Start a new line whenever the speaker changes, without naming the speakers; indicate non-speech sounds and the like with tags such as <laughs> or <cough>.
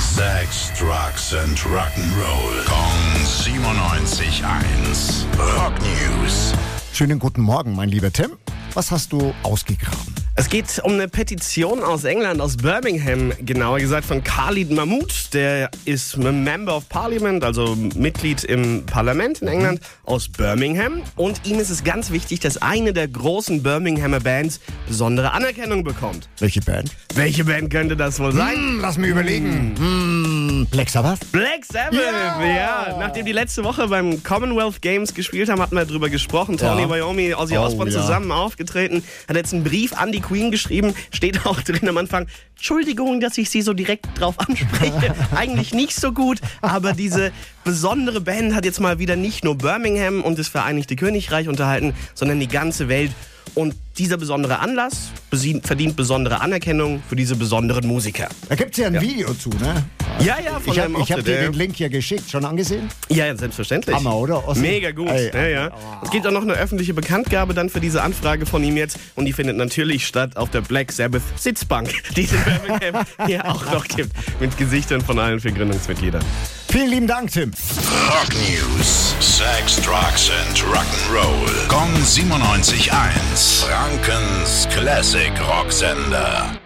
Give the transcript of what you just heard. Sex, Drugs and Rock'n'Roll. Kong 97.1. Rock News.
Schönen guten Morgen, mein lieber Tim. Was hast du ausgegraben?
Es geht um eine Petition aus England, aus Birmingham, genauer gesagt von Khalid Mahmood. Der ist Member of Parliament, also Mitglied im Parlament in England aus Birmingham. Und ihm ist es ganz wichtig, dass eine der großen Birminghamer Bands besondere Anerkennung bekommt.
Welche Band?
Welche Band könnte das wohl sein?
Hm, lass mir überlegen. Hm, Black Sabbath?
Black Sabbath, ja. Nachdem die letzte Woche beim Commonwealth Games gespielt haben, hatten wir drüber gesprochen. Tony
Ja.
Wyoming, Ozzy
Oh,
Osbourne
ja.
zusammen aufgetreten, hat jetzt einen Brief an die Queen geschrieben, steht auch drin am Anfang, Entschuldigung, dass ich Sie so direkt drauf
<laughs>
anspreche, eigentlich nicht so gut, aber diese besondere Band hat jetzt mal wieder nicht nur Birmingham und das Vereinigte Königreich unterhalten, sondern die ganze Welt. Und dieser besondere Anlass besie- verdient besondere Anerkennung für diese besonderen Musiker.
Da gibt's ja ein Video zu, ne?
Ja, ja, von
Ich
einem
habe hab
Auftritt, ja,
dir
ja.
den Link hier geschickt. Schon angesehen?
Ja, ja, selbstverständlich.
Hammer, oder, Ossi?
Mega gut.
Ey,
ja, ja.
wow.
Es gibt auch noch eine öffentliche Bekanntgabe dann für diese Anfrage von ihm jetzt und die findet natürlich statt auf der Black Sabbath Sitzbank, <laughs> die es in Birmingham hier auch noch gibt, mit Gesichtern von allen vier Gründungsmitgliedern.
Vielen lieben Dank, Tim.
Rock News. Sex, Drugs and Rock'n'Roll. Kong 97.1. Frankens Classic Rocksender.